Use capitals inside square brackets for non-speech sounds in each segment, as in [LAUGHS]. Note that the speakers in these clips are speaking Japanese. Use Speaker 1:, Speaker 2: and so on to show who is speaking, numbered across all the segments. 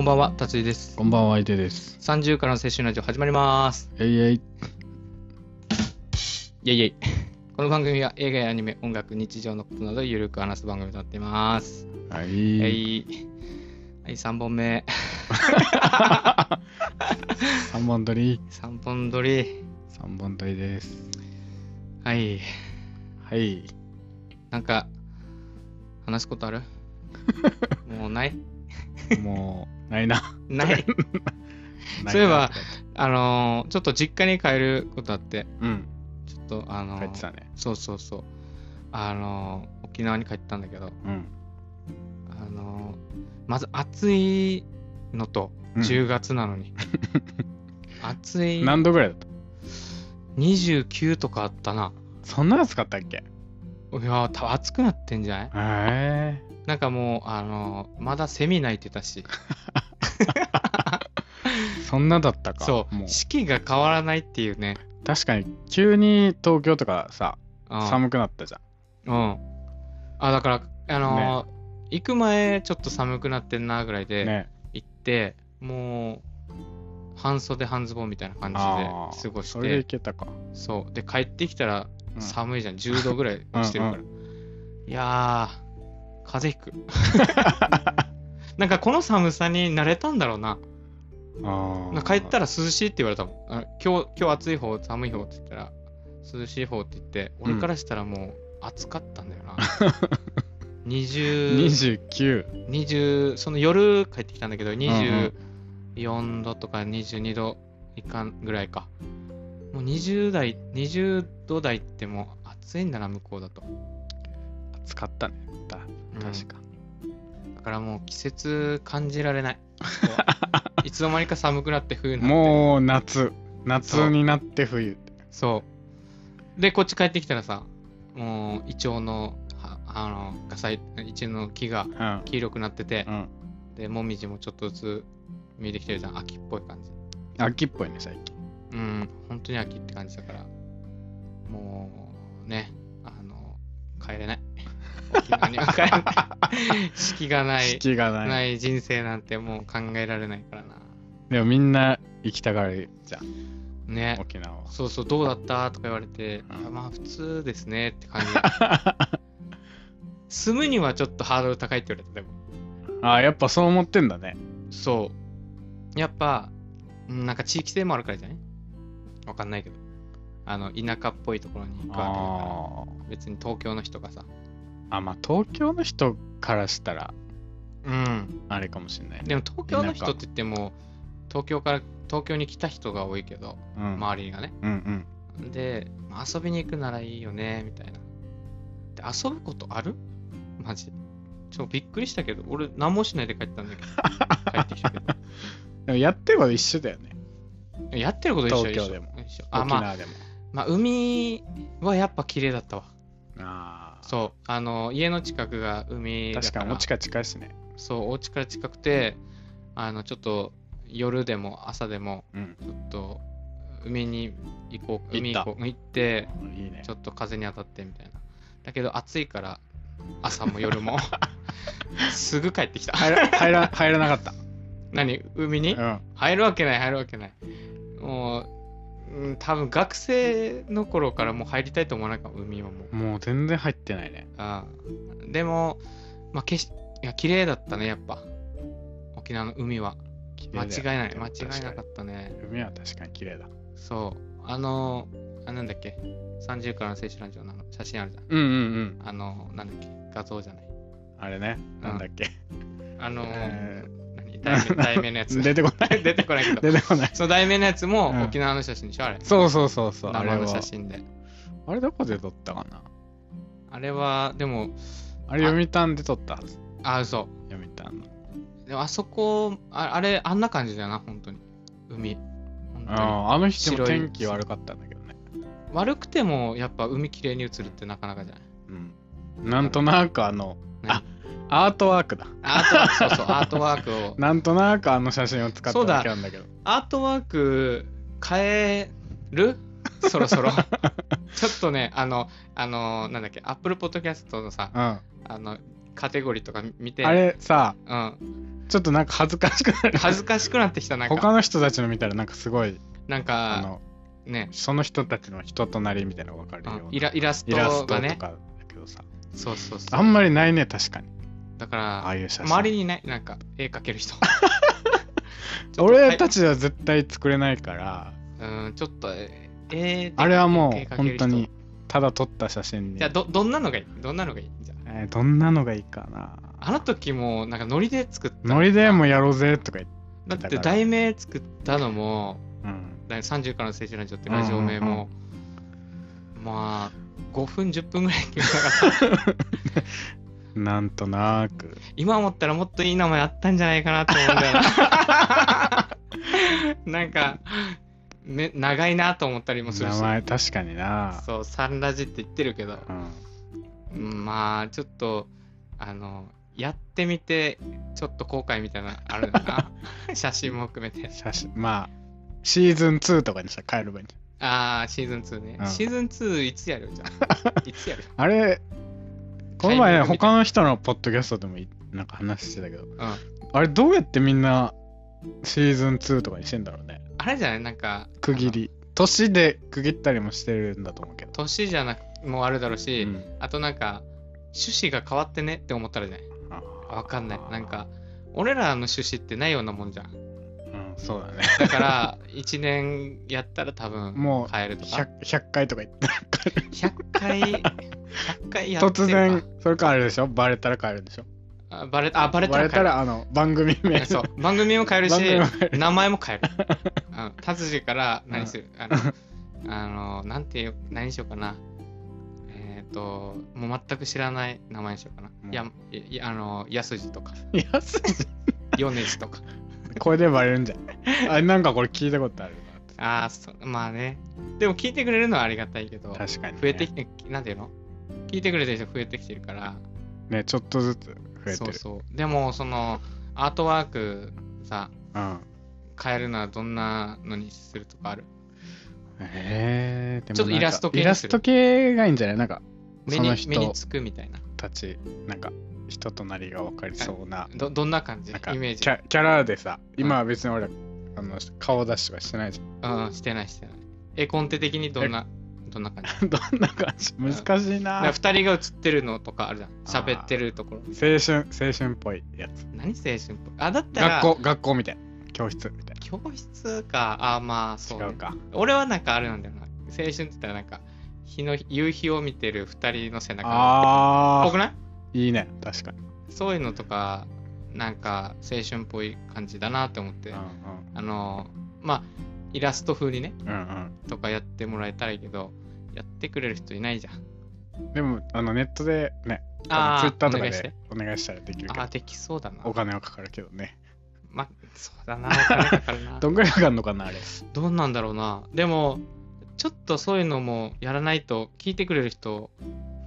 Speaker 1: んばんは、達井です。
Speaker 2: こんばんは、相手です。
Speaker 1: 30からの青春ラジオ始まります。
Speaker 2: えいえい。
Speaker 1: イェイイェ [LAUGHS] イ。この番組は映画やアニメ、音楽、日常のことなどゆるく話す番組となっています。
Speaker 2: はい。
Speaker 1: はい。はい、3本目。
Speaker 2: 三本取り。
Speaker 1: 3本撮り。
Speaker 2: 三本取りです。
Speaker 1: はい。
Speaker 2: はい。
Speaker 1: なんか、話す
Speaker 2: [LAUGHS]
Speaker 1: ことあるもうない
Speaker 2: もう、ない [LAUGHS] な。
Speaker 1: ない。
Speaker 2: な
Speaker 1: そういえば、あのーちょっと実家に帰ることあって、
Speaker 2: うん。
Speaker 1: ちょっと、あのー
Speaker 2: 帰ってたね。
Speaker 1: そうそうそう。あのー沖縄に帰ったんだけど、
Speaker 2: うん。
Speaker 1: あのまず暑いのと
Speaker 2: うん
Speaker 1: 10月なの
Speaker 2: [LAUGHS]
Speaker 1: に、暑い
Speaker 2: 何度ぐらいだった
Speaker 1: 29とかあったな
Speaker 2: そんな暑かったっけ
Speaker 1: いやーた暑くなってんじゃない
Speaker 2: え
Speaker 1: なんかもうあのまだセミ鳴いてたし
Speaker 2: え。そんなだったか。
Speaker 1: そう
Speaker 2: もう、
Speaker 1: 四季が変わらないっていうね、
Speaker 2: 確かに、急に東京とかさ、
Speaker 1: うん、
Speaker 2: 寒くなったじゃん。
Speaker 1: うんあだからあのー行く前ちょっと寒くなってんなぐらいで
Speaker 2: ね。
Speaker 1: 行って、もう半袖半ズボンみたいな感じ
Speaker 2: あ
Speaker 1: で
Speaker 2: ー
Speaker 1: 過ごし
Speaker 2: それで
Speaker 1: て
Speaker 2: いけたか。
Speaker 1: そうで帰ってきたら
Speaker 2: うん
Speaker 1: 寒いじゃん、10度ぐらい落ちてるから。
Speaker 2: う
Speaker 1: いやー、風邪ひく。 [LAUGHS] なんかこの寒さに慣れたんだろうな。
Speaker 2: あ
Speaker 1: なん
Speaker 2: あ。
Speaker 1: か帰った
Speaker 2: ら。
Speaker 1: ら涼しいって言われたもん。あ今日今日暑い方、寒い方って言ったら、涼しい方って言って、
Speaker 2: ん
Speaker 1: 俺からしたらもう暑かったんだよ
Speaker 2: [LAUGHS]
Speaker 1: な。20、
Speaker 2: 29。
Speaker 1: 20、その夜帰ってきたんだけど、
Speaker 2: ん
Speaker 1: 24度とか22度いかんぐらいか。もう20代、20度台ってもう暑いんだな、向こうだと。
Speaker 2: 暑かったね。だ確か。
Speaker 1: だからもう季節感じられ
Speaker 2: [LAUGHS]
Speaker 1: ない。いつの間にか寒くなって冬になって。
Speaker 2: もう、夏。夏になって冬。
Speaker 1: そう。で、こっち帰ってきたらさ、もうイチョウの、はあの、がさい、イチョウの木が
Speaker 2: うん。
Speaker 1: 黄色くなってて
Speaker 2: う、ん。
Speaker 1: で、もみじもちょっとずつ見えてきてるじゃん。秋っぽい感じ。
Speaker 2: 秋っぽいね、最近。
Speaker 1: うん、本当に秋って感じだから、もう、ね、あの、帰れない。沖縄 [LAUGHS] には帰れ
Speaker 2: [LAUGHS]
Speaker 1: ない。四季がない
Speaker 2: 四、季がない。
Speaker 1: ない人生なんてもう考えられないからな。
Speaker 2: でもみんな行きたがるじゃん、
Speaker 1: ね。
Speaker 2: 沖縄は。
Speaker 1: そうそう、どうだったとか言われて、
Speaker 2: うん
Speaker 1: いやまあ普通ですねって
Speaker 2: [LAUGHS]
Speaker 1: 感じ。住むにはちょっとハードル高いって言われた、でも。
Speaker 2: ああ、やっぱそう思ってんだね。
Speaker 1: そう。やっぱ、うんなんか地域性もあるからじゃないわかんないけど。あの、田舎っぽいところに行くわけだか
Speaker 2: あ
Speaker 1: ら、別に東京の人がさ。
Speaker 2: あ。あ、まあ東京の人からしたら
Speaker 1: うん。
Speaker 2: あれかもしんないね。
Speaker 1: でも東京の人
Speaker 2: 田舎
Speaker 1: って言っても、東京から、東京に来た人が多いけど、
Speaker 2: うん。
Speaker 1: 周りがね。
Speaker 2: うんうん。
Speaker 1: で、まあ遊びに行くならいいよね、みたいな。で、遊ぶことあるマジ。ちょ、びっくりしたけど、俺、何もしないで帰ったんだけど。
Speaker 2: [LAUGHS]
Speaker 1: 帰ってきたけど。
Speaker 2: でもやってれば一緒だよね。
Speaker 1: やってること一緒
Speaker 2: 東京でも。
Speaker 1: 一緒一緒あ、
Speaker 2: 沖
Speaker 1: まあ、
Speaker 2: 縄でも。
Speaker 1: まあ、海はやっぱ綺麗だったわ。
Speaker 2: ああ。
Speaker 1: そう。あの、家の近くが海だ
Speaker 2: 確
Speaker 1: か。
Speaker 2: からにお家から近いしね。
Speaker 1: そう、お家から近くて、あの、ちょっと、夜でも朝でも、
Speaker 2: うん。
Speaker 1: ちょっと、海に行こう、
Speaker 2: 行
Speaker 1: 海
Speaker 2: った
Speaker 1: 行こう、行って、
Speaker 2: いいね
Speaker 1: ち。ょっと風に当たってみたいな。だけど暑いから、朝も夜も、すぐ帰ってきた。
Speaker 2: 入ら入ら入らなかった。
Speaker 1: 何海に
Speaker 2: うん。
Speaker 1: 入るわけない、入るわけない。もう、うん、多分学生の頃からもう入りたいと思わないかも、海はもう。
Speaker 2: もう全然入ってないね。
Speaker 1: ああでも、まあ、景色いや綺麗だったね、やっぱ。沖縄の海は。
Speaker 2: 綺
Speaker 1: 間
Speaker 2: 麗だ
Speaker 1: 違い
Speaker 2: よ
Speaker 1: ない、
Speaker 2: で
Speaker 1: 間
Speaker 2: も
Speaker 1: 違いなか
Speaker 2: 確
Speaker 1: ったね
Speaker 2: に。海は確かに綺麗だ。
Speaker 1: そう。あの、あなんだっけ、30からの青春ラジオのあの写真あるじゃん。
Speaker 2: うんうんうん。
Speaker 1: あの、なんだっけ、画像じゃない。
Speaker 2: あれね。なんだっけ。
Speaker 1: あの、
Speaker 2: え
Speaker 1: 何題名題名のやつ。
Speaker 2: [LAUGHS] 出てこな
Speaker 1: [LAUGHS]
Speaker 2: い。
Speaker 1: 出てこないけど。
Speaker 2: 出てこない。
Speaker 1: その題名のやつも
Speaker 2: うん
Speaker 1: 沖縄の写真でしょ、あれ。
Speaker 2: そうそうそうそう。あれ
Speaker 1: 生の写
Speaker 2: は。
Speaker 1: 真で。
Speaker 2: あれどこで撮ったかな
Speaker 1: あれは、でも、
Speaker 2: あれ
Speaker 1: あ
Speaker 2: 読谷で撮ったはず。
Speaker 1: あ、そ
Speaker 2: 読谷の。
Speaker 1: う。でもあそこ、ああれ、あんな感じだよな、本当に。海。本当に
Speaker 2: ああの日でも
Speaker 1: 白い
Speaker 2: 天気悪かったんだけどね。
Speaker 1: 悪くてもやっぱ海きれいに映るってなかなかじゃない
Speaker 2: うん。なんとなくあの、
Speaker 1: 何
Speaker 2: あアートワークだ。
Speaker 1: アートワークそうそうアートワークを
Speaker 2: なんとなくあの写真を使っ
Speaker 1: そうだ
Speaker 2: ただけなんだけど。
Speaker 1: アートワーク変えるそろそ [LAUGHS] ろちょっとねあのあのなんだっけアップルポッドキャストのさ
Speaker 2: うん。
Speaker 1: あのカテゴリーとか見て
Speaker 2: あれさ、
Speaker 1: うん
Speaker 2: ちょっとなんか恥ずかしくなる。
Speaker 1: 恥ずかしくなってきた、なん
Speaker 2: 他
Speaker 1: か、
Speaker 2: の人たちの見たらなんかすごい、
Speaker 1: なん
Speaker 2: あ
Speaker 1: か、
Speaker 2: の、
Speaker 1: ね、
Speaker 2: その人たちの人となりみたいなのが分かるよう
Speaker 1: う
Speaker 2: なん
Speaker 1: イライラス
Speaker 2: イラ
Speaker 1: ト
Speaker 2: スト
Speaker 1: が
Speaker 2: と
Speaker 1: ね、
Speaker 2: かだけどさ、
Speaker 1: そうそうそう。
Speaker 2: あんまりないね、確かに。
Speaker 1: だか
Speaker 2: ああ
Speaker 1: ら、
Speaker 2: いう写真。
Speaker 1: 周りにない、なんか、絵描ける
Speaker 2: [LAUGHS]
Speaker 1: 人。
Speaker 2: 俺た
Speaker 1: ち
Speaker 2: ちは絶対作れないから、
Speaker 1: ょっとはい、うん、ちょっと、ええ
Speaker 2: あれはも
Speaker 1: 絵描け
Speaker 2: う
Speaker 1: る
Speaker 2: 本
Speaker 1: 人
Speaker 2: 当にただ撮った写真に
Speaker 1: じゃあ、、ど、どんなのがいいどんなのがいいじゃあ
Speaker 2: えーどんなのがいいかな
Speaker 1: あの時も、なんか、ノリで作った。
Speaker 2: ノリでもやろうぜとか言って、
Speaker 1: だって、題名作ったのも、
Speaker 2: うん、
Speaker 1: だい30からの青春ラジオってラジオ名も、まあ、5分、10分ぐらい決めなかった。
Speaker 2: なんとなく
Speaker 1: 今思ったらもっといい名前あったんじゃないかなと思うんだよな。 [LAUGHS] なんか、ね、長いなと思ったりもする
Speaker 2: 名
Speaker 1: し。
Speaker 2: 前確かにな
Speaker 1: そう、サンラジって言ってるけど、
Speaker 2: うん、
Speaker 1: うんまあ、ちょっと、あの、やってみて、ちょっと後悔みたいなのあるの
Speaker 2: [LAUGHS]
Speaker 1: かな。写真も含めて。
Speaker 2: 写真まあシーズン2とかにしたら帰ればいいんじ
Speaker 1: ああ、シーズン2ね。
Speaker 2: うん
Speaker 1: シーズン2いつやるじゃ
Speaker 2: [LAUGHS]
Speaker 1: ん。いつやる
Speaker 2: ゃんあれこの
Speaker 1: タイミングみ
Speaker 2: 前
Speaker 1: たい
Speaker 2: 他の人のポッドキャストでもいなんか話してたけど
Speaker 1: うん。あ
Speaker 2: あれどうやってみんなシーズン2とかにしてんだろうね
Speaker 1: れじゃないなんか、
Speaker 2: 区切
Speaker 1: あの。
Speaker 2: り年で区切ったりもしてるんだと思うけど、
Speaker 1: 年じゃなくもあるだろうし、
Speaker 2: うん
Speaker 1: あとなんか、趣旨が変わってねって思ったらじゃない
Speaker 2: あー
Speaker 1: わかんない。なんか、俺らの趣旨ってないようなもんじゃん。
Speaker 2: うんそうだね
Speaker 1: だ
Speaker 2: [LAUGHS]
Speaker 1: から、1年やったら多分、
Speaker 2: もう
Speaker 1: 変えるとか。
Speaker 2: 100, 100回とか言ったら帰る
Speaker 1: 100回、100回やって
Speaker 2: [LAUGHS] 突
Speaker 1: るか
Speaker 2: 然それかあれでしょバレたら帰るんでしょ
Speaker 1: あバレた、あ、バレたら変える
Speaker 2: あの番組名
Speaker 1: そう番組も変えるし
Speaker 2: 番組も変える
Speaker 1: 名前も変えるうん
Speaker 2: [LAUGHS]
Speaker 1: 達治から何するあのあのなんていう何しようかなえっ、ともう全く知らない名前にしようかな、
Speaker 2: うん
Speaker 1: やいいあの安次とか
Speaker 2: 安い
Speaker 1: 米次
Speaker 2: [LAUGHS]
Speaker 1: とか
Speaker 2: これでバレるんじゃ
Speaker 1: [LAUGHS]
Speaker 2: ないあなんかこれ聞いたことある
Speaker 1: ああそまあねでも聞いてくれるのはありがたいけど
Speaker 2: な
Speaker 1: 増
Speaker 2: 確かに、ね、
Speaker 1: えてきてなんていうの聞いてくれてる人増えてきてるから
Speaker 2: ねちょっとずつ増えてる
Speaker 1: そうそうでもそのアートワークさ
Speaker 2: うん
Speaker 1: 変えるのはどんなのにするとかある
Speaker 2: えー、でもなんか
Speaker 1: ちょっとイラスト系にする
Speaker 2: イラスト系がいいんじゃないなんか
Speaker 1: 目
Speaker 2: そ
Speaker 1: に
Speaker 2: の
Speaker 1: 目に
Speaker 2: 人
Speaker 1: つくみたいな
Speaker 2: たちなんか人となりが分かりそうな
Speaker 1: どどんな感じ
Speaker 2: なんか
Speaker 1: イ
Speaker 2: キ
Speaker 1: メージ
Speaker 2: ャキャラでさ今は別に俺、あの顔出しとかしてないじ
Speaker 1: うん、してないしてない。絵コンテ的にどんな、どんな感じ
Speaker 2: ゃん [LAUGHS] どんな感じ難しいな
Speaker 1: だから二人が写ってるのとかあるじゃん。喋ってるところ。
Speaker 2: 青春青春っぽいやつ
Speaker 1: 何青春っぽい。あ、だったら、
Speaker 2: 学校学校みたいな教室みたい
Speaker 1: 教室か。あ、まあ、そう、
Speaker 2: な違う
Speaker 1: ね。
Speaker 2: か
Speaker 1: 俺はなんかあるんだよな。青春って言ったらなんか、日の夕日を見てる二人の背中。
Speaker 2: あ
Speaker 1: ぽくない
Speaker 2: ーいいね確かに、
Speaker 1: そういうのとか、なんか青春っぽい感じだなって思って、
Speaker 2: うん
Speaker 1: あの、まあ、イラスト風にね、
Speaker 2: うんうん
Speaker 1: とかやってもらえたらいいけど、やってくれる人いないじゃん。
Speaker 2: うん、でもあのネットでねツイ
Speaker 1: あー
Speaker 2: ッターと
Speaker 1: お
Speaker 2: か
Speaker 1: 願いして
Speaker 2: でお願いしたらできるけ
Speaker 1: あ
Speaker 2: ど
Speaker 1: ー、できそうだな。
Speaker 2: お金はかかるけどね
Speaker 1: まあ、そうだな、お金かかるな。
Speaker 2: [LAUGHS] ど
Speaker 1: ど
Speaker 2: んぐらいかかるのかなあれ
Speaker 1: うなんだろうな。でも、ちょっとそういうのもやらないと聞いてくれる人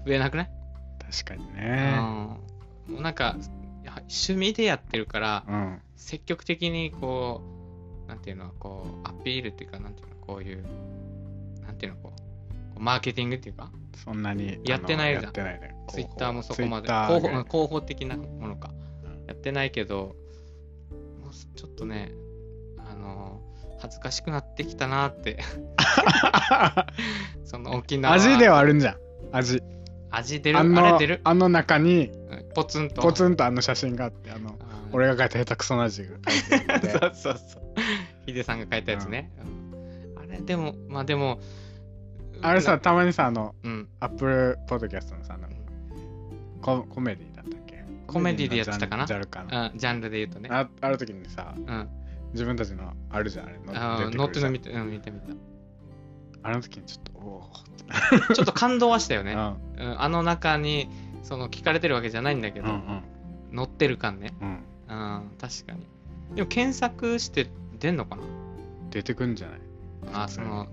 Speaker 1: 増えなくない、
Speaker 2: 確かにね
Speaker 1: うん。もうなんか、や趣味でやってるから、
Speaker 2: うん
Speaker 1: 積極的にこう、なんていうの、こう、アピールっていうか、なんていうの、こういう、なんていうの、こう、こうマーケティングっていうか、
Speaker 2: そんなに
Speaker 1: やってないじゃん
Speaker 2: あのやってないね
Speaker 1: ツイッターもそこまで、
Speaker 2: 広
Speaker 1: 広
Speaker 2: 報
Speaker 1: 報広報的なものか
Speaker 2: うん。
Speaker 1: やってないけど、もうすちょっとね、あのー恥ずかしくなってきたなって、 [LAUGHS] その沖縄。
Speaker 2: [LAUGHS] 味ではあるんじゃん味
Speaker 1: 味出る
Speaker 2: あ
Speaker 1: あ
Speaker 2: の
Speaker 1: れ出る
Speaker 2: あの中に
Speaker 1: うんポツンと。
Speaker 2: ポツンとあの写真があってあの
Speaker 1: あー
Speaker 2: 俺が書いた下手くそな字が
Speaker 1: [LAUGHS]
Speaker 2: 書いてあるんで
Speaker 1: そうそうそう。ヒデさんが書いたやつね。うんあれ、でも、まあでも、
Speaker 2: あれさ
Speaker 1: な、
Speaker 2: たまにさあの
Speaker 1: うん。
Speaker 2: アップルポッドキャストのさあのココメディだったっけ
Speaker 1: コメディでやってたかな
Speaker 2: ジャンルかな
Speaker 1: あジャンルで言うとね。
Speaker 2: あある時にさ
Speaker 1: うん。あ
Speaker 2: 自分たちのあるじゃんあれの
Speaker 1: ー
Speaker 2: 出
Speaker 1: 乗って
Speaker 2: くるじゃ
Speaker 1: る
Speaker 2: ん
Speaker 1: 見て、うん、見て見た。
Speaker 2: あの時にちょっとおーって
Speaker 1: ちょっと感動はしたよね。
Speaker 2: な
Speaker 1: うん、あの中にその聞かれてるわけじゃないんだけ
Speaker 2: うん
Speaker 1: ど、
Speaker 2: うんうん
Speaker 1: 載ってる感ね、
Speaker 2: うん
Speaker 1: うん、確かにでも検索して出んのかな
Speaker 2: 出てくんじゃない
Speaker 1: あその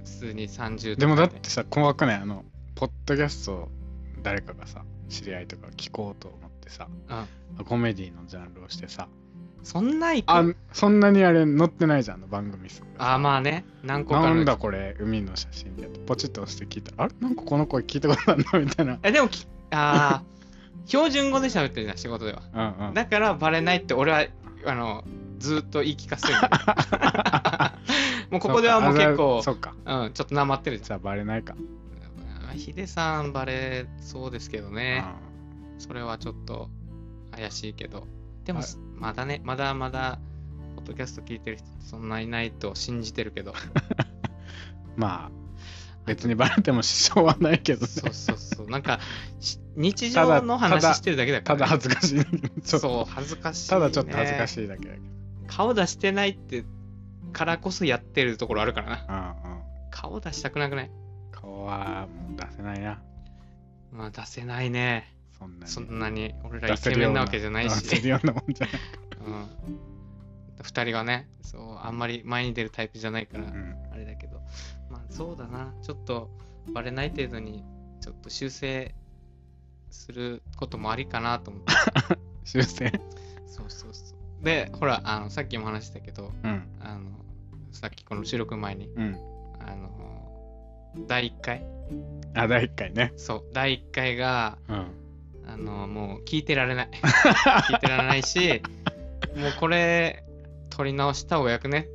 Speaker 1: 普通に30とか
Speaker 2: でもだってさ怖くないあのポッドキャストを誰かがさ知り合いとか聞こうと思ってさコメディのジャンルをしてさ
Speaker 1: そんないく
Speaker 2: あ
Speaker 1: あ
Speaker 2: そんなにあれ載ってないじゃんあの番組数
Speaker 1: あまあね何個かあ
Speaker 2: な
Speaker 1: る
Speaker 2: んだこれ海の写
Speaker 1: [LAUGHS]
Speaker 2: 真でポチッと押して聞いたらあれなんかこの声聞いたことあるなみたいな
Speaker 1: えでもきあ [LAUGHS] 標準語で喋ってるじゃん、仕事では。
Speaker 2: うんうん。
Speaker 1: だからバレないって俺は、あの、ずっと言い聞かせてるんだけど。
Speaker 2: [LAUGHS]
Speaker 1: もうここではもう結構、
Speaker 2: そっか。
Speaker 1: うん、ちょっとなまってるじ
Speaker 2: じゃあバレないか。
Speaker 1: ゃん。あヒデさん、バレそうですけどね。
Speaker 2: う
Speaker 1: それはちょっと怪しいけど。でも、
Speaker 2: はい
Speaker 1: まだね、まだまだ、ポッドキャスト聞いてる人ってそんないないと信じてるけど。
Speaker 2: んまあ、別にバレても支障はないけど
Speaker 1: そう
Speaker 2: ね。
Speaker 1: そうそう。なんか、し日常の
Speaker 2: ただただ
Speaker 1: 話してるだけだか
Speaker 2: た
Speaker 1: ら、
Speaker 2: だ恥ずかしい。ちょっと
Speaker 1: そう、恥ずかしい、ね。
Speaker 2: ただちょっと恥ずかしいだけだけど。
Speaker 1: 顔出してないってからこそやってるところあるからな。
Speaker 2: うんうん。
Speaker 1: 顔出したくなくない
Speaker 2: 顔はもう出せないな。
Speaker 1: まあ出せないね。
Speaker 2: そんなに。
Speaker 1: そんなに俺ら
Speaker 2: 出
Speaker 1: イ
Speaker 2: せ
Speaker 1: ケ
Speaker 2: る
Speaker 1: メ
Speaker 2: よう
Speaker 1: ンなわけじゃない
Speaker 2: 出せる
Speaker 1: し。
Speaker 2: ようなもんじゃない。
Speaker 1: うん、二人がね、そう、あんまり前に出るタイプじゃないから
Speaker 2: う、ん。
Speaker 1: あれだけど。まあそうだな。ちょっとバレない程度に、ちょっと修正することもありかなと思って。
Speaker 2: 修正。
Speaker 1: そうそうそう。で、ほら、あのさっきも話したけど、
Speaker 2: うん。
Speaker 1: あのさっきこの収録前に、
Speaker 2: うん。
Speaker 1: あの、第1回
Speaker 2: あ、第一回ね。
Speaker 1: そう、第1回が、
Speaker 2: うん。
Speaker 1: あの、もう聞いてられ
Speaker 2: [LAUGHS]
Speaker 1: ない。聞いてられないし、もうこれ、撮り直した方がよくねって。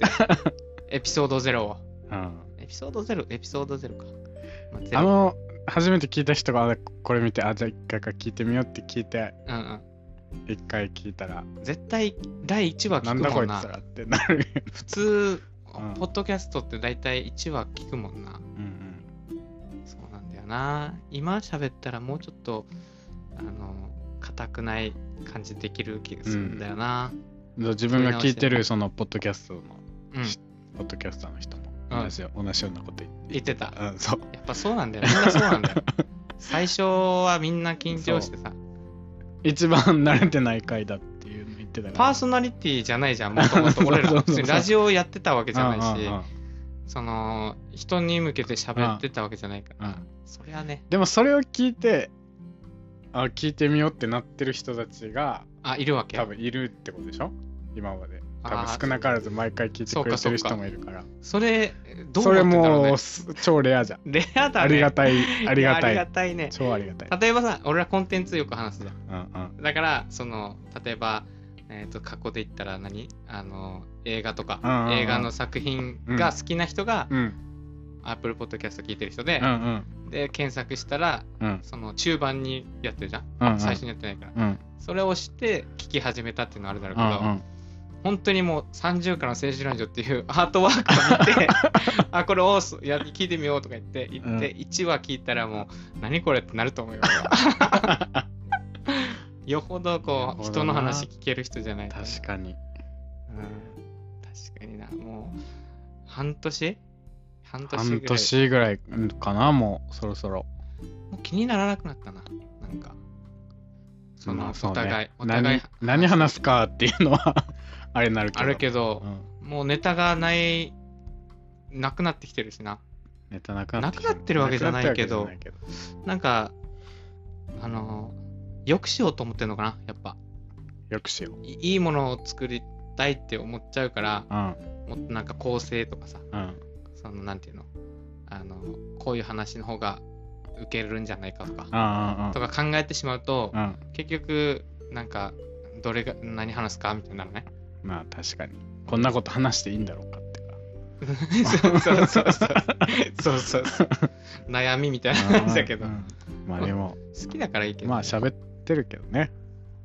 Speaker 1: エピソード0を。
Speaker 2: うん。
Speaker 1: エピソード0、エピソード0か。まあ、ゼロ
Speaker 2: あの、初めて聞いた人があこれ見て、あ、じゃあ一回か聞いてみようって聞いて、
Speaker 1: うん
Speaker 2: 一回聞いたら、
Speaker 1: うん。絶対、第1話
Speaker 2: な
Speaker 1: 聞
Speaker 2: ん
Speaker 1: く
Speaker 2: だこ
Speaker 1: もん
Speaker 2: いつ
Speaker 1: な。
Speaker 2: らってなるよ。
Speaker 1: 普通、
Speaker 2: うん
Speaker 1: ポッドキャストって大体1話聞くもんな。
Speaker 2: うん
Speaker 1: そうなんだよな。今喋ったらもうちょっと、あの、硬くない感じできる気がするんだよな。
Speaker 2: うん。自分が聞いてる、その、ポッドキャストの、
Speaker 1: うん、
Speaker 2: ポッドキャスターの人も、
Speaker 1: うん
Speaker 2: 同じよ同じようなこと言って
Speaker 1: 言ってた。
Speaker 2: うん、そう。
Speaker 1: やっぱそうなんだよ。みんなそうなんだよ。最初はみんな緊張してさ、
Speaker 2: 一番慣れてない回だっていうの言ってたから。
Speaker 1: パーソナリティじゃないじゃん、もともと俺
Speaker 2: [LAUGHS] そうそ
Speaker 1: ら。普
Speaker 2: うそう
Speaker 1: 通にラジオやってたわけじゃない
Speaker 2: うんうんう
Speaker 1: し、
Speaker 2: ん
Speaker 1: その、人に向けて喋ってたわけじゃないから
Speaker 2: うん、
Speaker 1: そりゃね、
Speaker 2: でもそれを聞いて、あ、聞いてみようってなってる人たちが
Speaker 1: あ、いるわけ
Speaker 2: 多。分いるってことでしょ今まで。多
Speaker 1: あ
Speaker 2: 分
Speaker 1: ー
Speaker 2: 少なからず毎回聞いてくれてる人もいるから。
Speaker 1: それ、どう
Speaker 2: そ
Speaker 1: 思
Speaker 2: れ
Speaker 1: ってんだろう
Speaker 2: も
Speaker 1: ね
Speaker 2: う。す超レアじゃん。
Speaker 1: レアだね。
Speaker 2: ありがたい、ありが
Speaker 1: いや
Speaker 2: た
Speaker 1: ありが
Speaker 2: い。
Speaker 1: たいね。
Speaker 2: 超ありがたい。
Speaker 1: 例えばさ、俺らコンテンツよく話すじゃん。
Speaker 2: うんうん。
Speaker 1: だから、その、例えば、えっ、と、過去で言ったら何あの、映画とか、
Speaker 2: うんうんうん
Speaker 1: 映画の作品が好きな人が、
Speaker 2: うん。
Speaker 1: Apple Podcast 聞いてる人で
Speaker 2: うんう、ん。
Speaker 1: で検索したら
Speaker 2: うん。
Speaker 1: その中盤にやってるじゃん、
Speaker 2: うんうん
Speaker 1: 最初にやってないから
Speaker 2: うん。
Speaker 1: それをして聞き始めたっていうのはあるだろう
Speaker 2: う
Speaker 1: けど、
Speaker 2: ん
Speaker 1: 本当にもう30からの青春ラジオっていう [LAUGHS] アートワークを見
Speaker 2: [LAUGHS]
Speaker 1: てあこれをや聞いてみようとか言って言って、
Speaker 2: う
Speaker 1: 1話聞いたらもう何これってなると
Speaker 2: [LAUGHS]
Speaker 1: 思うよ俺はよほどこう
Speaker 2: なるほどな
Speaker 1: 人の話聞ける人じゃないと
Speaker 2: 確かに。
Speaker 1: 確かになもう半年半年ぐら
Speaker 2: 半
Speaker 1: い
Speaker 2: 年ぐらいかな、もうそろそろ。
Speaker 1: もう気にならなくなったな。なんか。その、
Speaker 2: まあ
Speaker 1: お互い、お
Speaker 2: 何
Speaker 1: 互い
Speaker 2: 何話すかっていうのは [LAUGHS] あれになるけど
Speaker 1: あるけど
Speaker 2: う、ん、
Speaker 1: もうネタがない、なくなってきてるしな。
Speaker 2: ネタなくなってき
Speaker 1: なくなってるわけじゃないけど
Speaker 2: なくなってるわけじ
Speaker 1: なんか、あの、よくしようと思ってんのかな、やっぱ。
Speaker 2: ゃないけどよくしよう
Speaker 1: いいいものを作りたいって思っちゃうから、
Speaker 2: うん
Speaker 1: もっとなんか構成とかさ、
Speaker 2: うん
Speaker 1: その、なんていうの、あの、こういう話の方が受けるんじゃないかとか、
Speaker 2: あ
Speaker 1: とか考えてしまうと
Speaker 2: あ、うん
Speaker 1: 結局、なんか、どれが、何話すかみたいになる
Speaker 2: [LAUGHS]
Speaker 1: ね。
Speaker 2: まあ確かにこんなこと話していいんだろうかっていう
Speaker 1: [LAUGHS]
Speaker 2: か
Speaker 1: そうそうそうそう。そうそうそう。悩みみたいな話 [LAUGHS] だけど
Speaker 2: う。んまあでも
Speaker 1: 好きだからいいけど。
Speaker 2: まあ喋ってるけどね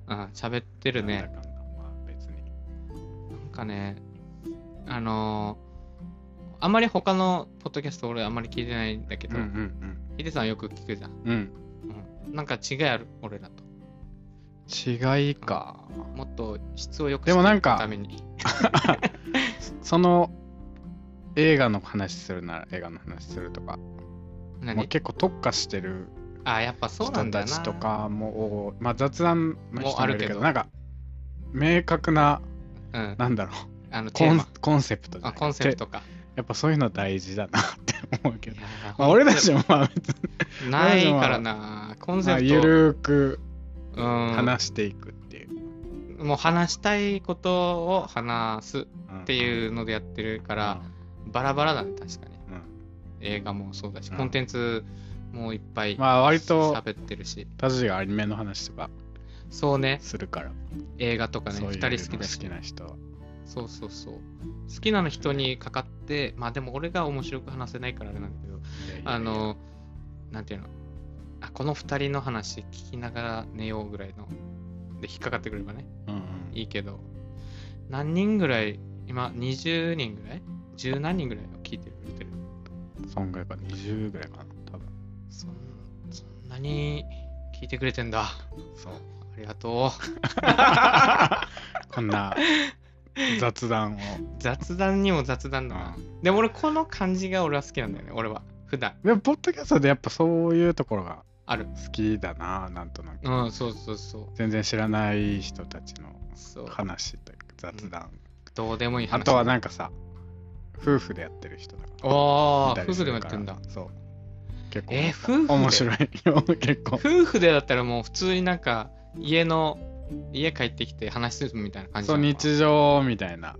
Speaker 1: うん、喋ってる
Speaker 2: なん
Speaker 1: ね。
Speaker 2: だかんだまあ別に
Speaker 1: なんかね、あのーあまり他のポッドキャスト俺あまり聞いてないんだけ
Speaker 2: う
Speaker 1: ど
Speaker 2: んう、ん
Speaker 1: ヒデさんよく聞くじゃん。
Speaker 2: うんうん
Speaker 1: うんなんか違いある、俺らと。
Speaker 2: 違いか
Speaker 1: もっと質を良く
Speaker 2: でもなん
Speaker 1: し
Speaker 2: か
Speaker 1: ていくために。
Speaker 2: その映画の話するなら映画の話するとかもう
Speaker 1: 何
Speaker 2: 結構特化してる
Speaker 1: あ、やっぱそうな
Speaker 2: 人
Speaker 1: んだ
Speaker 2: た
Speaker 1: よな。
Speaker 2: ちとかも、まあ、雑談の人
Speaker 1: もあ
Speaker 2: も
Speaker 1: る
Speaker 2: いるけ
Speaker 1: け
Speaker 2: ど
Speaker 1: ど
Speaker 2: なんか明確な
Speaker 1: うん。
Speaker 2: なんだろう
Speaker 1: あの、テ
Speaker 2: コ
Speaker 1: ー
Speaker 2: ン
Speaker 1: マ。
Speaker 2: コンセプトじゃ
Speaker 1: あ
Speaker 2: ない
Speaker 1: コンセプトか。
Speaker 2: てやっぱそういうの大事だなって思うけ
Speaker 1: い [LAUGHS]
Speaker 2: ど、
Speaker 1: やー
Speaker 2: まあ、俺たちもまあ別
Speaker 1: ないからな。コン
Speaker 2: に、
Speaker 1: セ
Speaker 2: まあ、
Speaker 1: プ
Speaker 2: ゆ
Speaker 1: ト。
Speaker 2: るく
Speaker 1: うん
Speaker 2: 話していくっていう、
Speaker 1: もう話したいことを話すっ
Speaker 2: うん
Speaker 1: ていうのでやってるから、バラバラだね、確かに。
Speaker 2: うん
Speaker 1: 映画もそうだし、
Speaker 2: うん
Speaker 1: コンテンツもういっぱい
Speaker 2: まあ割と
Speaker 1: 喋ってるし。
Speaker 2: タジがアニメの話とか
Speaker 1: そうね、
Speaker 2: するから、
Speaker 1: 映画とかね、
Speaker 2: そう
Speaker 1: 二
Speaker 2: いう
Speaker 1: 人好き
Speaker 2: の好
Speaker 1: だし
Speaker 2: き。な人は。
Speaker 1: そうそうそう。好きなの人にかかって、まあでも俺が面白く話せないからあれなんだけど、
Speaker 2: いやいやいや
Speaker 1: あ、の、なんていうの、あこの二人の話聞きながら寝ようぐらいの、で、引っかかってくればね、
Speaker 2: うんうん、
Speaker 1: いいけど、何人ぐらい、今20人ぐらい十何人ぐらいを聞いてくれてる。
Speaker 2: そんぐらいか、20ぐらいかな、多分。
Speaker 1: そんそんなに聞いてくれてんだ。あ [LAUGHS]
Speaker 2: そう。
Speaker 1: りがとう。
Speaker 2: こんな雑談を。
Speaker 1: 雑談にも雑談だな。でも俺この感じが俺は好きなんだよね、俺は。普段。
Speaker 2: でも、ポッドキャストでやっぱそういうところが
Speaker 1: ある。
Speaker 2: 好きだな、なんとなく。
Speaker 1: うん、そうそうそう。
Speaker 2: 全然知らない人たちの
Speaker 1: そう
Speaker 2: 話というか雑談。
Speaker 1: どうでもいい話。
Speaker 2: あとはなんかさ、夫婦でやってる人とか。
Speaker 1: ああ、
Speaker 2: いた
Speaker 1: 夫
Speaker 2: りす
Speaker 1: 婦で
Speaker 2: る
Speaker 1: もや
Speaker 2: か
Speaker 1: っ
Speaker 2: ら
Speaker 1: てんだ。。
Speaker 2: そう。結構。
Speaker 1: えー夫婦で
Speaker 2: [LAUGHS] 面白いよ、結構。
Speaker 1: 夫婦でだったらもう普通になんか、家の、家帰ってきて話するみたいな感じ
Speaker 2: そ
Speaker 1: な
Speaker 2: う、
Speaker 1: のかな
Speaker 2: 日常みたいな。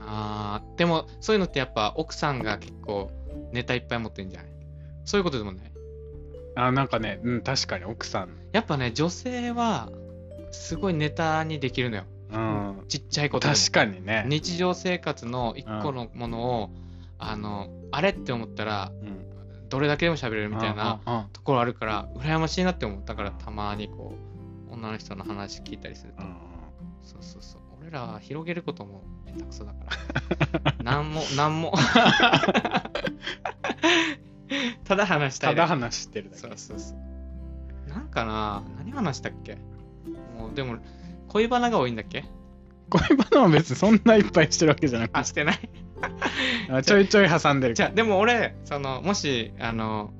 Speaker 1: ああ、でもそういうのってやっぱ奥さんが結構ネタいっぱい持ってんじゃないそういうことでもない
Speaker 2: あ、なんかね、うん、確かに奥さん。
Speaker 1: やっぱね、女性はすごいネタにできるのよ。
Speaker 2: うん。
Speaker 1: ちっちゃいことでも。
Speaker 2: 確かにね。
Speaker 1: 日常生活の一個のものを、あの、あれって思ったら、
Speaker 2: うん
Speaker 1: どれだけでも喋れるみたいな。
Speaker 2: うんうんうん
Speaker 1: ところあるから羨ましいなって思うだからたまにこう女の人の話聞いたりすると、
Speaker 2: うん
Speaker 1: そうそうそう俺らは広げることも下手くそだから
Speaker 2: [LAUGHS]
Speaker 1: なんもなんもただ話した
Speaker 2: た
Speaker 1: いだ
Speaker 2: だ
Speaker 1: け
Speaker 2: 話してるだけ。
Speaker 1: そうそうそうなんかな何話したっけもうでも恋バナが多いんだっけ
Speaker 2: 恋バナは別にそんないっぱいしてるわけじゃなく
Speaker 1: あしてない
Speaker 2: [LAUGHS] て、ちょいちょい挟んでる
Speaker 1: じ
Speaker 2: け
Speaker 1: ゃ
Speaker 2: ど。
Speaker 1: あでも俺そのもしあの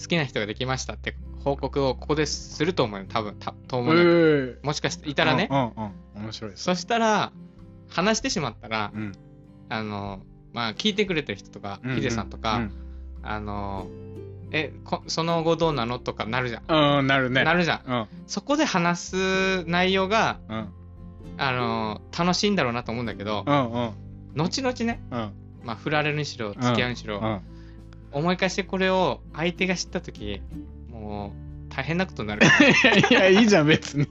Speaker 1: 好きな人ができましたって報告をここですると思うよ多分たと思う
Speaker 2: う
Speaker 1: よ
Speaker 2: ー
Speaker 1: もしかしていたらね、
Speaker 2: うんうんうん。面白いです。
Speaker 1: そしたら、話してしまったら、
Speaker 2: うん。
Speaker 1: あの、まあ、聞いてくれてる人とか、ヒデさんとか、あの、えこ、その後どうなのとかなるじゃん。
Speaker 2: うん。うん、なるね。
Speaker 1: なるじゃん。
Speaker 2: うん
Speaker 1: そこで話す内容が、
Speaker 2: うん
Speaker 1: あの、楽しいんだろうなと思うんだけど
Speaker 2: う、んうん
Speaker 1: 後々ね、
Speaker 2: うん
Speaker 1: まあ、振られるにしろ、付き合うにしろ、
Speaker 2: うん。
Speaker 1: 思い返してこれを相手が知ったとき、もう、大変なことになる。
Speaker 2: いや、いやいいじゃん、
Speaker 1: [LAUGHS]
Speaker 2: 別に。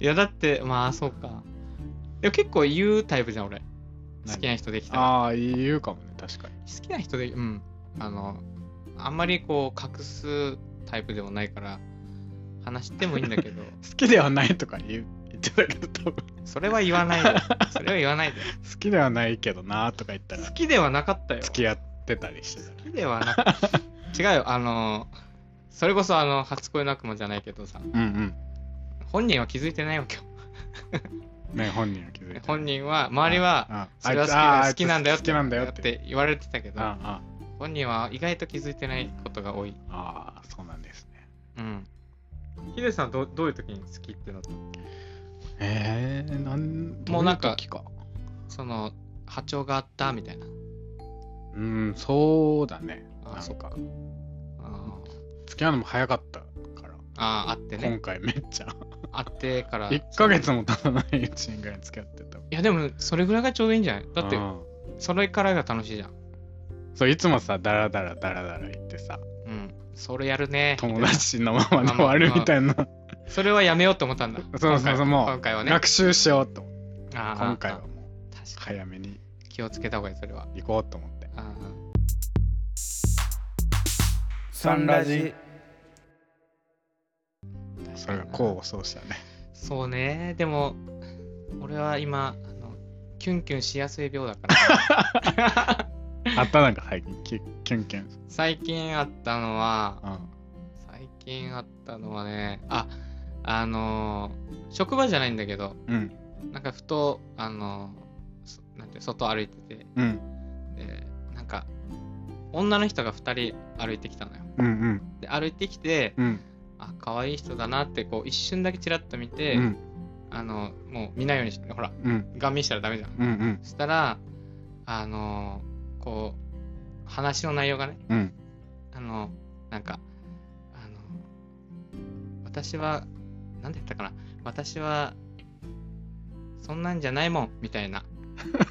Speaker 1: いや、だって、まあ、そうか。でも結構言うタイプじゃん、俺。好きな人できたら。
Speaker 2: ああ、言うかもね、確かに。
Speaker 1: 好きな人でうんあのあんまりこう隠すタイプでもないから話してもいいんだけ
Speaker 2: [LAUGHS]
Speaker 1: ど
Speaker 2: 好きではないとか言う言ってたけど、多分
Speaker 1: それは言わないでそれは言わないで
Speaker 2: 好きではないけどなーとか言ったら
Speaker 1: 好、きではなかったよ
Speaker 2: 付き合ってたりしてたら。
Speaker 1: 好きではなかった違うよあのそれこそあの初恋の悪魔じゃないけどさ
Speaker 2: うん
Speaker 1: 本人は気づいてないわけよ
Speaker 2: うん。ね、本人は気づいてる。
Speaker 1: 本人は周りは
Speaker 2: あ
Speaker 1: それは好き
Speaker 2: あ
Speaker 1: だ
Speaker 2: いつ
Speaker 1: 好きなんだよ
Speaker 2: あいつ好きなんだよ
Speaker 1: やっ
Speaker 2: って。
Speaker 1: て言われてたけど
Speaker 2: あ
Speaker 1: 本人は意外と気づいてないことが多い
Speaker 2: あああ、そうなんですね。
Speaker 1: うんヒデさんどうどういう時に好きってなった
Speaker 2: ええ、なん
Speaker 1: もうなんか
Speaker 2: どい時
Speaker 1: その波長があったみたいな
Speaker 2: うん、そうだね。
Speaker 1: あ
Speaker 2: なん
Speaker 1: そっ
Speaker 2: か、
Speaker 1: あー
Speaker 2: 付き合うのも早かったから、
Speaker 1: あああって
Speaker 2: 今
Speaker 1: ね
Speaker 2: 回めっちゃ。
Speaker 1: あって
Speaker 2: [LAUGHS]
Speaker 1: からい
Speaker 2: 1ヶ月も経たないうちにぐらい付き合ってた。
Speaker 1: やでもそれぐらいがちょうどいいんじゃないだって
Speaker 2: うん
Speaker 1: それからが楽しいじゃん
Speaker 2: そう、いつもさ、ダラダラダラダラ言ってさ、
Speaker 1: うんそれやるね
Speaker 2: 友達のままで終わるみたいな。
Speaker 1: それはやめようと思ったんだ
Speaker 2: [LAUGHS] そうそうそう、も
Speaker 1: 今回は
Speaker 2: う、
Speaker 1: ね
Speaker 2: 学習しようと思って。
Speaker 1: あー
Speaker 2: 今回は
Speaker 1: あ
Speaker 2: もう、
Speaker 1: ー確かに
Speaker 2: 早めに
Speaker 1: 気をつけた方がいいそれは
Speaker 2: 行こうと思って。
Speaker 1: あー
Speaker 2: サンラジ。
Speaker 1: 確かにな
Speaker 2: それが功を奏したね。
Speaker 1: そうねでも俺は今あのキュンキュンしやすい病だから
Speaker 2: あったなんか最近、キュキュンキュン。
Speaker 1: 最近あったのは
Speaker 2: うん。
Speaker 1: 最近あったのはねああのー職場じゃないんだけど
Speaker 2: うん。
Speaker 1: なんかふとあのーそなんて外歩いてて
Speaker 2: うん。
Speaker 1: でなんか女の人が2人歩いてきたのよ
Speaker 2: うん。うん。
Speaker 1: で歩いてきて
Speaker 2: うん。
Speaker 1: あ可愛い人だなってこう一瞬だけチラッと見て、
Speaker 2: うん。
Speaker 1: あのもう見ないようにしてほら
Speaker 2: うん。
Speaker 1: 顔見したらダメじゃん
Speaker 2: うん。うん。
Speaker 1: そしたらあのーこう話の内容がね
Speaker 2: うん。
Speaker 1: あの、なんか、あの、私は、なんで言ったかな、私は、そんなんじゃないもん、みたいな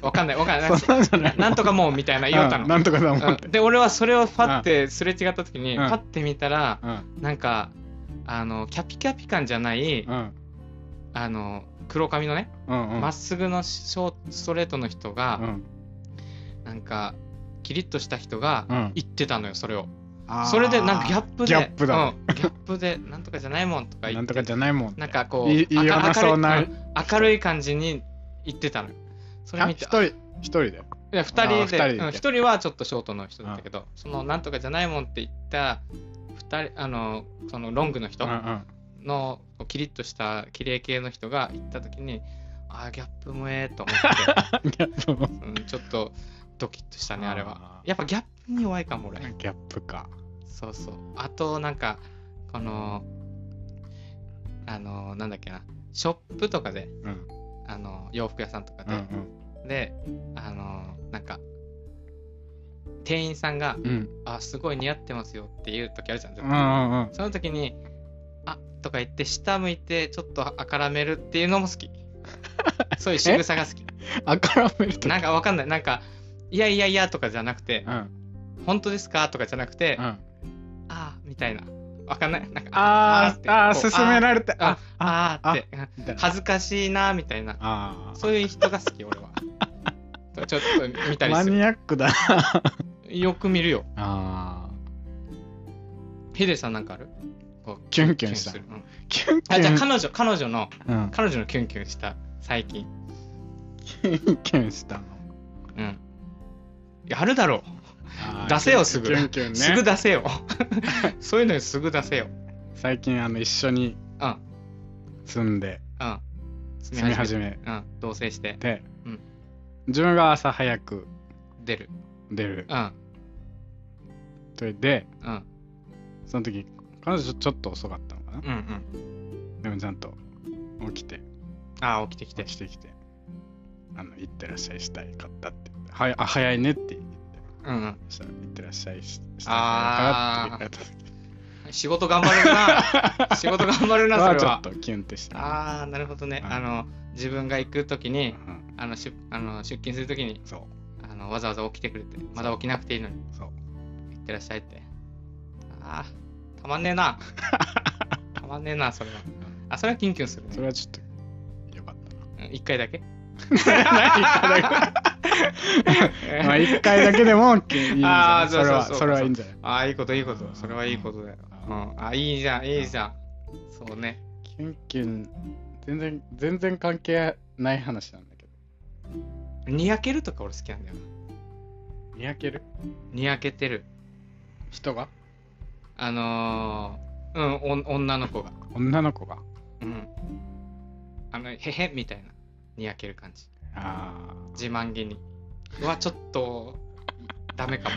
Speaker 1: わかんない、わかんない。
Speaker 2: そんなんじゃない
Speaker 1: なんとかもんみたいな言おうた
Speaker 2: う
Speaker 1: の
Speaker 2: ん。なんとかだもんっ
Speaker 1: う
Speaker 2: て
Speaker 1: ん。で、俺はそれをパッてすれ違った時に、
Speaker 2: うん
Speaker 1: パッて見たら、
Speaker 2: うん。
Speaker 1: なんか、あの、キャピキャピ感じゃない、
Speaker 2: うん。
Speaker 1: あの、黒髪のね、
Speaker 2: うん。うん。
Speaker 1: まっすぐのショーストレートの人
Speaker 2: う
Speaker 1: が、
Speaker 2: ん。
Speaker 1: なんか、キリッとした人が
Speaker 2: うん
Speaker 1: 言ってたのよ、それを。
Speaker 2: あー
Speaker 1: それで、なんかギャップで、
Speaker 2: ギャップだね。
Speaker 1: うんギャップで、なんとかじゃないもんとか
Speaker 2: な
Speaker 1: 言っ
Speaker 2: んと
Speaker 1: て
Speaker 2: か、じゃないもん。
Speaker 1: なんかこう、
Speaker 2: いいいいようなそうな
Speaker 1: 明るいうん明るい感じに言ってたのよ。それ
Speaker 2: あ
Speaker 1: 見て、
Speaker 2: 一人、一人で。
Speaker 1: いや、二人で、
Speaker 2: あー
Speaker 1: う
Speaker 2: 二人で
Speaker 1: ん一人はちょっとショートの人だったけど、その、なんとかじゃないもんって言った、二人、あの、そのロングの
Speaker 2: う
Speaker 1: 人
Speaker 2: んうん。
Speaker 1: の、こうキリッとした、綺麗系の人が言ったときに、ああ、ギャップもええと思
Speaker 2: [LAUGHS]
Speaker 1: っ
Speaker 2: ギャップ。
Speaker 1: て、うん、ちょっとドキッとしたね、あれは
Speaker 2: あ。ー
Speaker 1: やっぱギャップに弱いかも、俺。
Speaker 2: ギャップか。
Speaker 1: そうそう。あと、なんか、この、あの、なんだっけな、ショップとかで、
Speaker 2: うん。
Speaker 1: あの、洋服屋さんとか
Speaker 2: うん
Speaker 1: で、で、あの、なんか、店員さんが、
Speaker 2: うん。うん。
Speaker 1: あ、すごい似合ってますよっていう時あるじゃん、絶
Speaker 2: うんう
Speaker 1: 対
Speaker 2: んうん。
Speaker 1: その時に、あとか言って、下向いて、ちょっとあからめるっていうのも好
Speaker 2: [LAUGHS]
Speaker 1: き。そういう仕草が好き。
Speaker 2: あからめると。
Speaker 1: なんかわかんない。なんか、いやいやいやとかじゃなくて
Speaker 2: う、ん。
Speaker 1: 本当ですかとかじゃなくて、
Speaker 2: う
Speaker 1: あ
Speaker 2: ん。
Speaker 1: あみたいな。わかんない。なんか、
Speaker 2: あーあ
Speaker 1: こう
Speaker 2: ー、勧められて。
Speaker 1: ああーあーって、
Speaker 2: みたいな
Speaker 1: 恥ずかしいな、みたいな。
Speaker 2: あ
Speaker 1: そういう人が好き、俺は。ちょっと見た
Speaker 2: あ。
Speaker 1: り
Speaker 2: マ
Speaker 1: する。
Speaker 2: ニアックだ。
Speaker 1: よく見るよ。
Speaker 2: ああ。
Speaker 1: ヒデさんなんかある
Speaker 2: キュンキュンした
Speaker 1: す。るうん
Speaker 2: キュンキ
Speaker 1: あ、じゃあ
Speaker 2: ュン。
Speaker 1: 彼女、彼女の、
Speaker 2: うん。
Speaker 1: 彼女のキュンキュンした、最近。
Speaker 2: キュンキュンしたの。
Speaker 1: うん。やるだろ
Speaker 2: あー
Speaker 1: 出せよすぐ
Speaker 2: キュンキュン
Speaker 1: う。
Speaker 2: ね。
Speaker 1: すぐ出せよ。 [LAUGHS] そういうのにすぐ出せよ。
Speaker 2: 最近あの一緒に
Speaker 1: うん
Speaker 2: 住んで
Speaker 1: うん。
Speaker 2: 住み始
Speaker 1: め。
Speaker 2: め
Speaker 1: うん。同棲して
Speaker 2: て、
Speaker 1: うん
Speaker 2: 自分が朝早く
Speaker 1: 出る。
Speaker 2: 出る
Speaker 1: うん。
Speaker 2: それで
Speaker 1: うん。
Speaker 2: その時彼女ちょっと遅かったのかな、
Speaker 1: うんうん。
Speaker 2: でもちゃんと起きて
Speaker 1: ああ、起きてきて。
Speaker 2: 起きてきてあの行ってらっしゃいしたいかったって言ってはいあ早いねって言って
Speaker 1: うんうん。
Speaker 2: そしたら行ってらっしゃいしした
Speaker 1: あー
Speaker 2: いかって言われ
Speaker 1: 仕事頑張る
Speaker 2: [LAUGHS]
Speaker 1: な。仕事頑張るな、
Speaker 2: た
Speaker 1: そ
Speaker 2: 時
Speaker 1: れ
Speaker 2: はちょっ
Speaker 1: は。
Speaker 2: とキュンってした、
Speaker 1: ああ、なるほどね。
Speaker 2: うん
Speaker 1: あの、自分が行くときに、
Speaker 2: うん、
Speaker 1: あの、出あの出勤するときに、
Speaker 2: そう
Speaker 1: あの、わざわざ起きてくれて、まだ起きなくていいのに、
Speaker 2: そう
Speaker 1: 行ってらっしゃいって。ああ、たまんねえ
Speaker 2: [LAUGHS]
Speaker 1: な。たまんねえな、それは。あ、それはキュンキュンするね
Speaker 2: そ。れはちょっとよかったな
Speaker 1: うん一回だけ
Speaker 2: [LAUGHS]
Speaker 1: [LAUGHS]
Speaker 2: まあ一回だけでもいいんじゃな
Speaker 1: あ
Speaker 2: い
Speaker 1: ー
Speaker 2: そ
Speaker 1: そう
Speaker 2: れ
Speaker 1: そう
Speaker 2: は
Speaker 1: そう
Speaker 2: それはいいんじゃない
Speaker 1: ああ、いいこと、いいこと。それはいいことだよ。うん、あ、いいじゃん、いいじゃん。そうね。
Speaker 2: キュンキュン全然全然関係ない話なんだけど
Speaker 1: にやけるとか俺好きなんだよな。
Speaker 2: 見分ける
Speaker 1: にやけてる。
Speaker 2: 人が
Speaker 1: あのー、うん、お女の子が。
Speaker 2: 女の子が
Speaker 1: うん。あの、へへみたいな。にやける感じ。
Speaker 2: あ
Speaker 1: 自慢げに。はちょっと、ダメかも。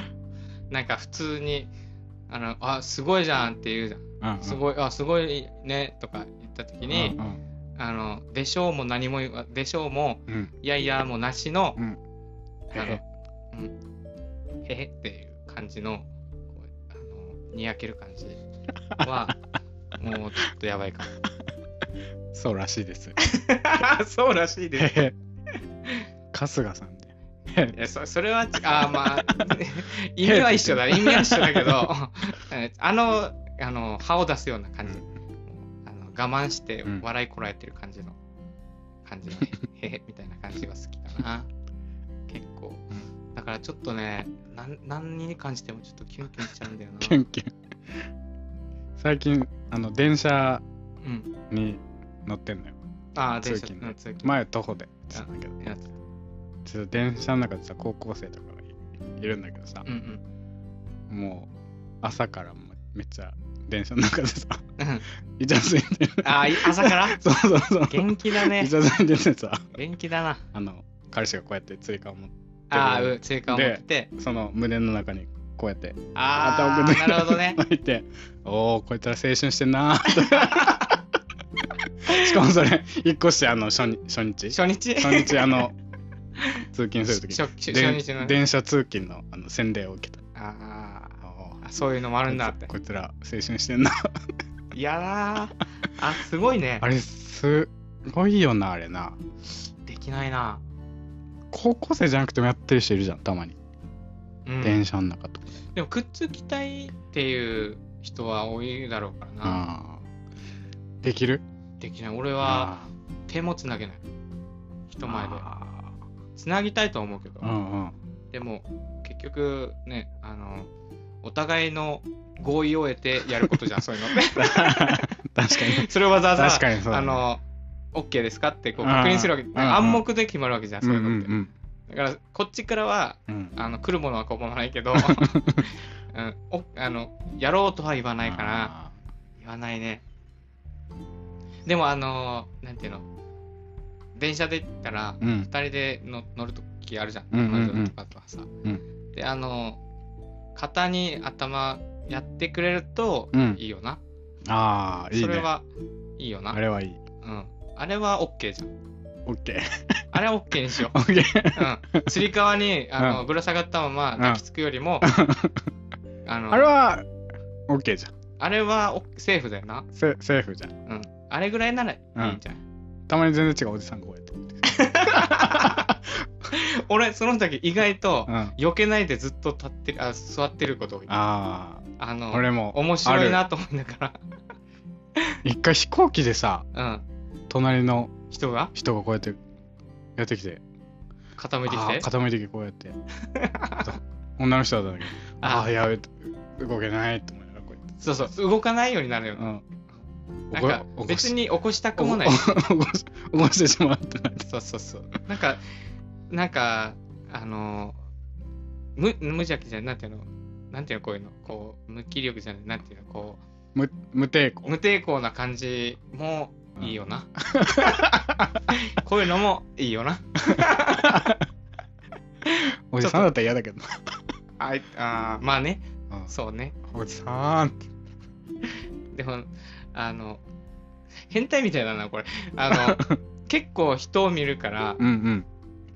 Speaker 1: なんか普通に、あの、あ、すごいじゃんって言うじゃん。
Speaker 2: あ
Speaker 1: す
Speaker 2: い
Speaker 1: ごい、あ、すごいね、とか言った時に、
Speaker 2: うん
Speaker 1: あの、でしょうも何も言わ、でしょうも、
Speaker 2: うんうん
Speaker 1: いやいやもうなしの、
Speaker 2: うん
Speaker 1: あの
Speaker 2: へへ
Speaker 1: うんへへっていう感じの、こうあの、にやける感じは、 [LAUGHS] もうちょっとやばいか
Speaker 2: そうらしい
Speaker 1: [LAUGHS]
Speaker 2: です
Speaker 1: も。 [LAUGHS] そうらしい
Speaker 2: へ。へ春日さんで
Speaker 1: いやそそれは違う、あーまあ、 [LAUGHS] 意味は一緒だ、意味は一緒だけ
Speaker 2: [LAUGHS]
Speaker 1: ど、えあの、あの、歯を出すような感じ、あの我慢して
Speaker 2: うん
Speaker 1: 笑いこらえてる感じの、感
Speaker 2: [LAUGHS]
Speaker 1: じの、へへみたいな感じが好きだな。結構
Speaker 2: う。
Speaker 1: だからちょっとね、なん何に感じてもちょっとキュンキュンしちゃうんだよな。
Speaker 2: キュンキュン最近あの電車
Speaker 1: うん。
Speaker 2: に乗ってんのよ
Speaker 1: ああ、電
Speaker 2: 通
Speaker 1: 車、
Speaker 2: 勤
Speaker 1: う
Speaker 2: で
Speaker 1: ん、通勤。
Speaker 2: 前徒歩で行ってたんだけど
Speaker 1: いやつ
Speaker 2: ちょっと電車の中でさ高校生とかがいいるんだけどさ
Speaker 1: うんうん。
Speaker 2: もう朝からもうめっちゃ電車の中でさ [LAUGHS]
Speaker 1: うん
Speaker 2: イチャついてる
Speaker 1: ああ、い朝から
Speaker 2: [LAUGHS] そうそうそう
Speaker 1: 元気だ
Speaker 2: イ
Speaker 1: ね
Speaker 2: チ。ャついててさ
Speaker 1: 元気だな。
Speaker 2: あの彼氏がこうやって追加を持って
Speaker 1: ああ、うん追加を持ってて。
Speaker 2: その胸の中にこうやって
Speaker 1: ああ、なるほどね。
Speaker 2: 入っておおこうやったら青春してん
Speaker 1: [LAUGHS]
Speaker 2: なーってしかもそれ一個してあの初日初日
Speaker 1: 初日
Speaker 2: 初日あの通勤する時
Speaker 1: 初初
Speaker 2: で
Speaker 1: 初日のね
Speaker 2: 電車通勤のあの洗礼を受けた
Speaker 1: あー
Speaker 2: おー
Speaker 1: あそういうのもあるんだって
Speaker 2: こいつら青春してんない
Speaker 1: やだーあすごいね
Speaker 2: あれすごいよなあれな
Speaker 1: できないな
Speaker 2: 高校生じゃなくてもやってる人いるじゃん、たまに。
Speaker 1: うん
Speaker 2: 電車の中とか。
Speaker 1: でも、靴着たいっていう人は多いだろうからな。
Speaker 2: あーできる
Speaker 1: できない。俺は手もつなげない。
Speaker 2: あー
Speaker 1: 人前で。
Speaker 2: あ
Speaker 1: つなぎたいとは思うけど
Speaker 2: ーう、ん
Speaker 1: [LAUGHS]
Speaker 2: うん。
Speaker 1: でも、結局ね、あの、お互いの合意を得てやることじゃん、
Speaker 2: [LAUGHS]
Speaker 1: そういうのって。
Speaker 2: 確かに。
Speaker 1: それをわざわざ、
Speaker 2: 確かにそうだ
Speaker 1: あ
Speaker 2: ね
Speaker 1: の、OK ですかってこう
Speaker 2: あー
Speaker 1: 確認するわけ。
Speaker 2: うんうん
Speaker 1: 暗黙で決まるわけじゃん、
Speaker 2: う
Speaker 1: そ
Speaker 2: ん
Speaker 1: う
Speaker 2: う
Speaker 1: いうのって。
Speaker 2: ん
Speaker 1: だから、こっちからは、
Speaker 2: うんうん。
Speaker 1: あの来るものは拒まないけ
Speaker 2: [LAUGHS]
Speaker 1: ど、うん、おあのやろうとは言わないから
Speaker 2: あ
Speaker 1: 言わないねでもあのーなんていうの電車で行ったら
Speaker 2: ー。うん
Speaker 1: 2人での乗る時あるじゃん
Speaker 2: うんうんうん
Speaker 1: 彼女とかとはさ、
Speaker 2: う
Speaker 1: であのー肩に頭やってくれると
Speaker 2: うん
Speaker 1: いいよな、
Speaker 2: ああ、いい
Speaker 1: それ
Speaker 2: ね。
Speaker 1: はいいよな
Speaker 2: あれはいい。
Speaker 1: うん、あれは OK じゃん
Speaker 2: オッケー。
Speaker 1: あれは OK にしよう
Speaker 2: オッケー。
Speaker 1: うんつり革にあの、
Speaker 2: う
Speaker 1: ぶら下がったまま抱きつくよりも、あの
Speaker 2: あれは、オッケーじゃん。
Speaker 1: あれはおセーフだよな、
Speaker 2: セセーフじゃん。
Speaker 1: うん、あれぐらいならいいんじゃん、
Speaker 2: たまに全然違うおじさんがこうやって。うん。
Speaker 1: 俺その時意外と
Speaker 2: あ
Speaker 1: 避けないでずっと立ってるあ座ってることが多いあ
Speaker 2: あー、
Speaker 1: の
Speaker 2: 俺も、
Speaker 1: 面白いなと思うんだか
Speaker 2: 一回飛行機でさ、
Speaker 1: ら、うん、
Speaker 2: 隣の
Speaker 1: 人が
Speaker 2: 人がこうやって、やってきて、
Speaker 1: 傾いてき
Speaker 2: あー
Speaker 1: て
Speaker 2: 傾いてきてこうやって。女の人だったんだけど、ああー、やべ、動けないと思いながらこうやって。
Speaker 1: そうそう動かないようになるよ、
Speaker 2: うん。
Speaker 1: なんか
Speaker 2: 起こ
Speaker 1: 別に起こしたくもない
Speaker 2: 起こ起 [LAUGHS] こし起こしてしまったな
Speaker 1: そうそうそうなんかなんかあの無無邪気じゃないなんていうのなんていうのこういうのこう無気力じゃないなんていうのこ
Speaker 2: 無無抵抗
Speaker 1: う無抵抗な感じもいいよな、こういうのもいいよな
Speaker 2: おじさんだったら嫌だけどな
Speaker 1: あいあーまあね
Speaker 2: うん
Speaker 1: そうね
Speaker 2: おじさんって
Speaker 1: でもあの変態みたいだなこれあ
Speaker 2: [LAUGHS]
Speaker 1: の結構人を見るから
Speaker 2: うん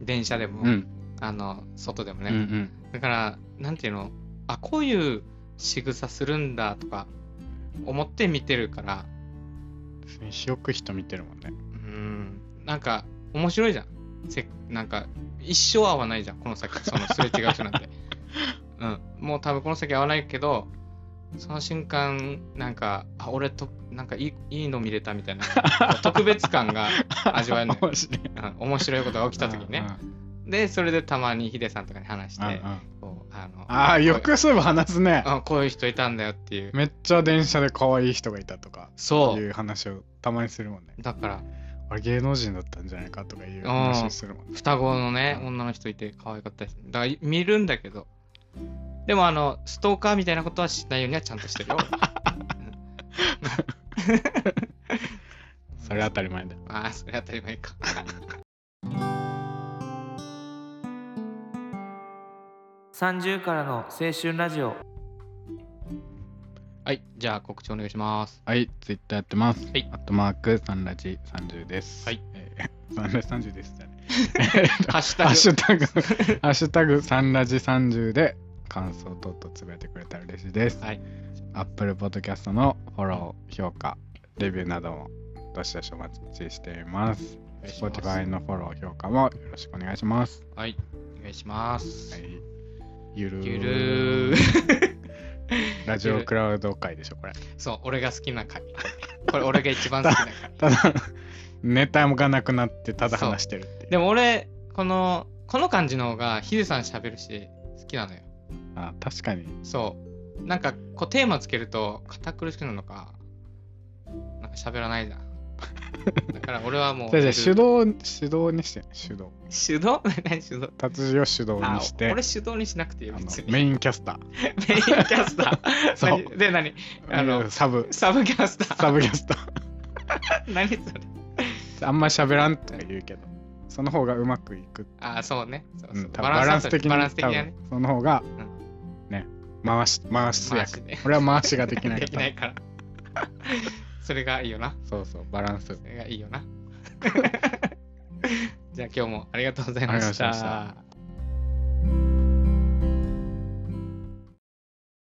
Speaker 1: 電車で
Speaker 2: う
Speaker 1: も、
Speaker 2: んうん
Speaker 1: あの外でも
Speaker 2: う
Speaker 1: ね、
Speaker 2: んうん
Speaker 1: だから、なんていうの、あ、こういう仕草するんだとか思って見てるから、
Speaker 2: 別によく人見てるもんね
Speaker 1: うん、なんか面白いじゃん。せなんか、一生会わないじゃん、この先、そのすれ違う人
Speaker 2: [LAUGHS]
Speaker 1: なんて。うん、もう多分この先会わないけど、その瞬間、なんか、あ、俺と、なんかいいいいの見れたみ
Speaker 2: [LAUGHS]
Speaker 1: たいな、特別感が [LAUGHS] 味わえるのよ、
Speaker 2: 面白い
Speaker 1: うん面白いことが起きた時にね。で、それでたまにヒデさんとかに話し
Speaker 2: うんうん
Speaker 1: て
Speaker 2: う、ん
Speaker 1: こうあの
Speaker 2: ああよ
Speaker 1: こ
Speaker 2: くそういえば話すね
Speaker 1: ううんこういう人いたんだよっていう。
Speaker 2: めっちゃ電車で可愛い人がいたとか
Speaker 1: そ
Speaker 2: いう話をたまにするもんね
Speaker 1: う。だから、
Speaker 2: あれ芸能人だったんじゃないかとかいう話するもんね
Speaker 1: 双子のね、
Speaker 2: うん
Speaker 1: 女の人いて可愛かったです。だから、見るんだけど。でも、あの、ストーカーみたいなことはしないようにはちゃんとし
Speaker 3: [LAUGHS]
Speaker 1: てるよ。
Speaker 2: それ当たり前だよ
Speaker 1: ああ、それ当たり前か。
Speaker 3: 30からの青春ラジオ
Speaker 1: はい、じゃあ告知お願い
Speaker 3: [LAUGHS]
Speaker 1: します。
Speaker 2: はいツイッターやってます
Speaker 1: はい
Speaker 2: アットマークサンラジ30です
Speaker 1: はい
Speaker 2: えー [LAUGHS] サンラジ30ですじゃね
Speaker 1: ハッシュタグ。
Speaker 2: ハッシュタグ、 [LAUGHS] ハッシュタグ、サンラジ30で感想等々つぶやいてくれたら嬉しいです。
Speaker 1: はい。
Speaker 2: Apple Podcast のフォロー、評価、レビューなども、どしどしお待ちしています。
Speaker 1: お願いします
Speaker 2: Spotify のフォロー、評価もよろしくお願いします。
Speaker 1: はい、お願いします。
Speaker 2: はい。ゆるー
Speaker 1: ゆるー。 [LAUGHS]
Speaker 2: ラジオクラウド会でしょ、これ。
Speaker 1: そう、俺が好きな回。これ、俺が一番好きな回。[LAUGHS]
Speaker 2: ただ、ネタがなくなって、ただ話してるっていう。
Speaker 1: でも、俺、この、この感じの方が、ヒデさん喋るし、好きなのよ。
Speaker 2: あ確かに。
Speaker 1: そう。なんか、こう、テーマつけると、堅苦しくなるのか、なんか喋らない
Speaker 2: [LAUGHS]
Speaker 1: じゃん。だから、俺はもう、
Speaker 2: じゃあじゃあ手
Speaker 1: 手動
Speaker 2: 動、手動にして、手動。
Speaker 1: 手動 [LAUGHS] 何手動
Speaker 2: 達人を手動
Speaker 1: あ
Speaker 2: にして、
Speaker 1: 俺手動にしなくていいよ、
Speaker 2: あの
Speaker 1: 別に。
Speaker 2: メインキャスター。
Speaker 1: メインキャスター。
Speaker 2: [LAUGHS] そう
Speaker 1: 何で、何あの
Speaker 2: うんサブ、
Speaker 1: [LAUGHS] サブキャスター。
Speaker 2: サブキャスタ
Speaker 1: [LAUGHS]
Speaker 2: ー。
Speaker 1: 何それ
Speaker 2: あんま喋らんとか言うけど、その方がうまくいく。
Speaker 1: あ、そうね。そう
Speaker 2: う
Speaker 1: そうん
Speaker 2: 多分バランス的に、
Speaker 1: バランス的
Speaker 2: 多
Speaker 1: な
Speaker 2: 分
Speaker 1: ね。
Speaker 2: その方が
Speaker 1: ん、
Speaker 2: ね、回し、回しや
Speaker 1: 回しね
Speaker 2: 俺は回しができな
Speaker 1: [LAUGHS]
Speaker 2: い
Speaker 1: で
Speaker 2: か
Speaker 1: きな
Speaker 2: ら
Speaker 1: い。
Speaker 2: [LAUGHS]
Speaker 1: から。それがいいよな。
Speaker 2: そうそう、バランス [LAUGHS]
Speaker 1: そ。れがいいよな。じゃあ、今日もありがとうござい
Speaker 2: あ
Speaker 1: ま
Speaker 2: りがとうご
Speaker 1: し
Speaker 2: ざいました
Speaker 1: た。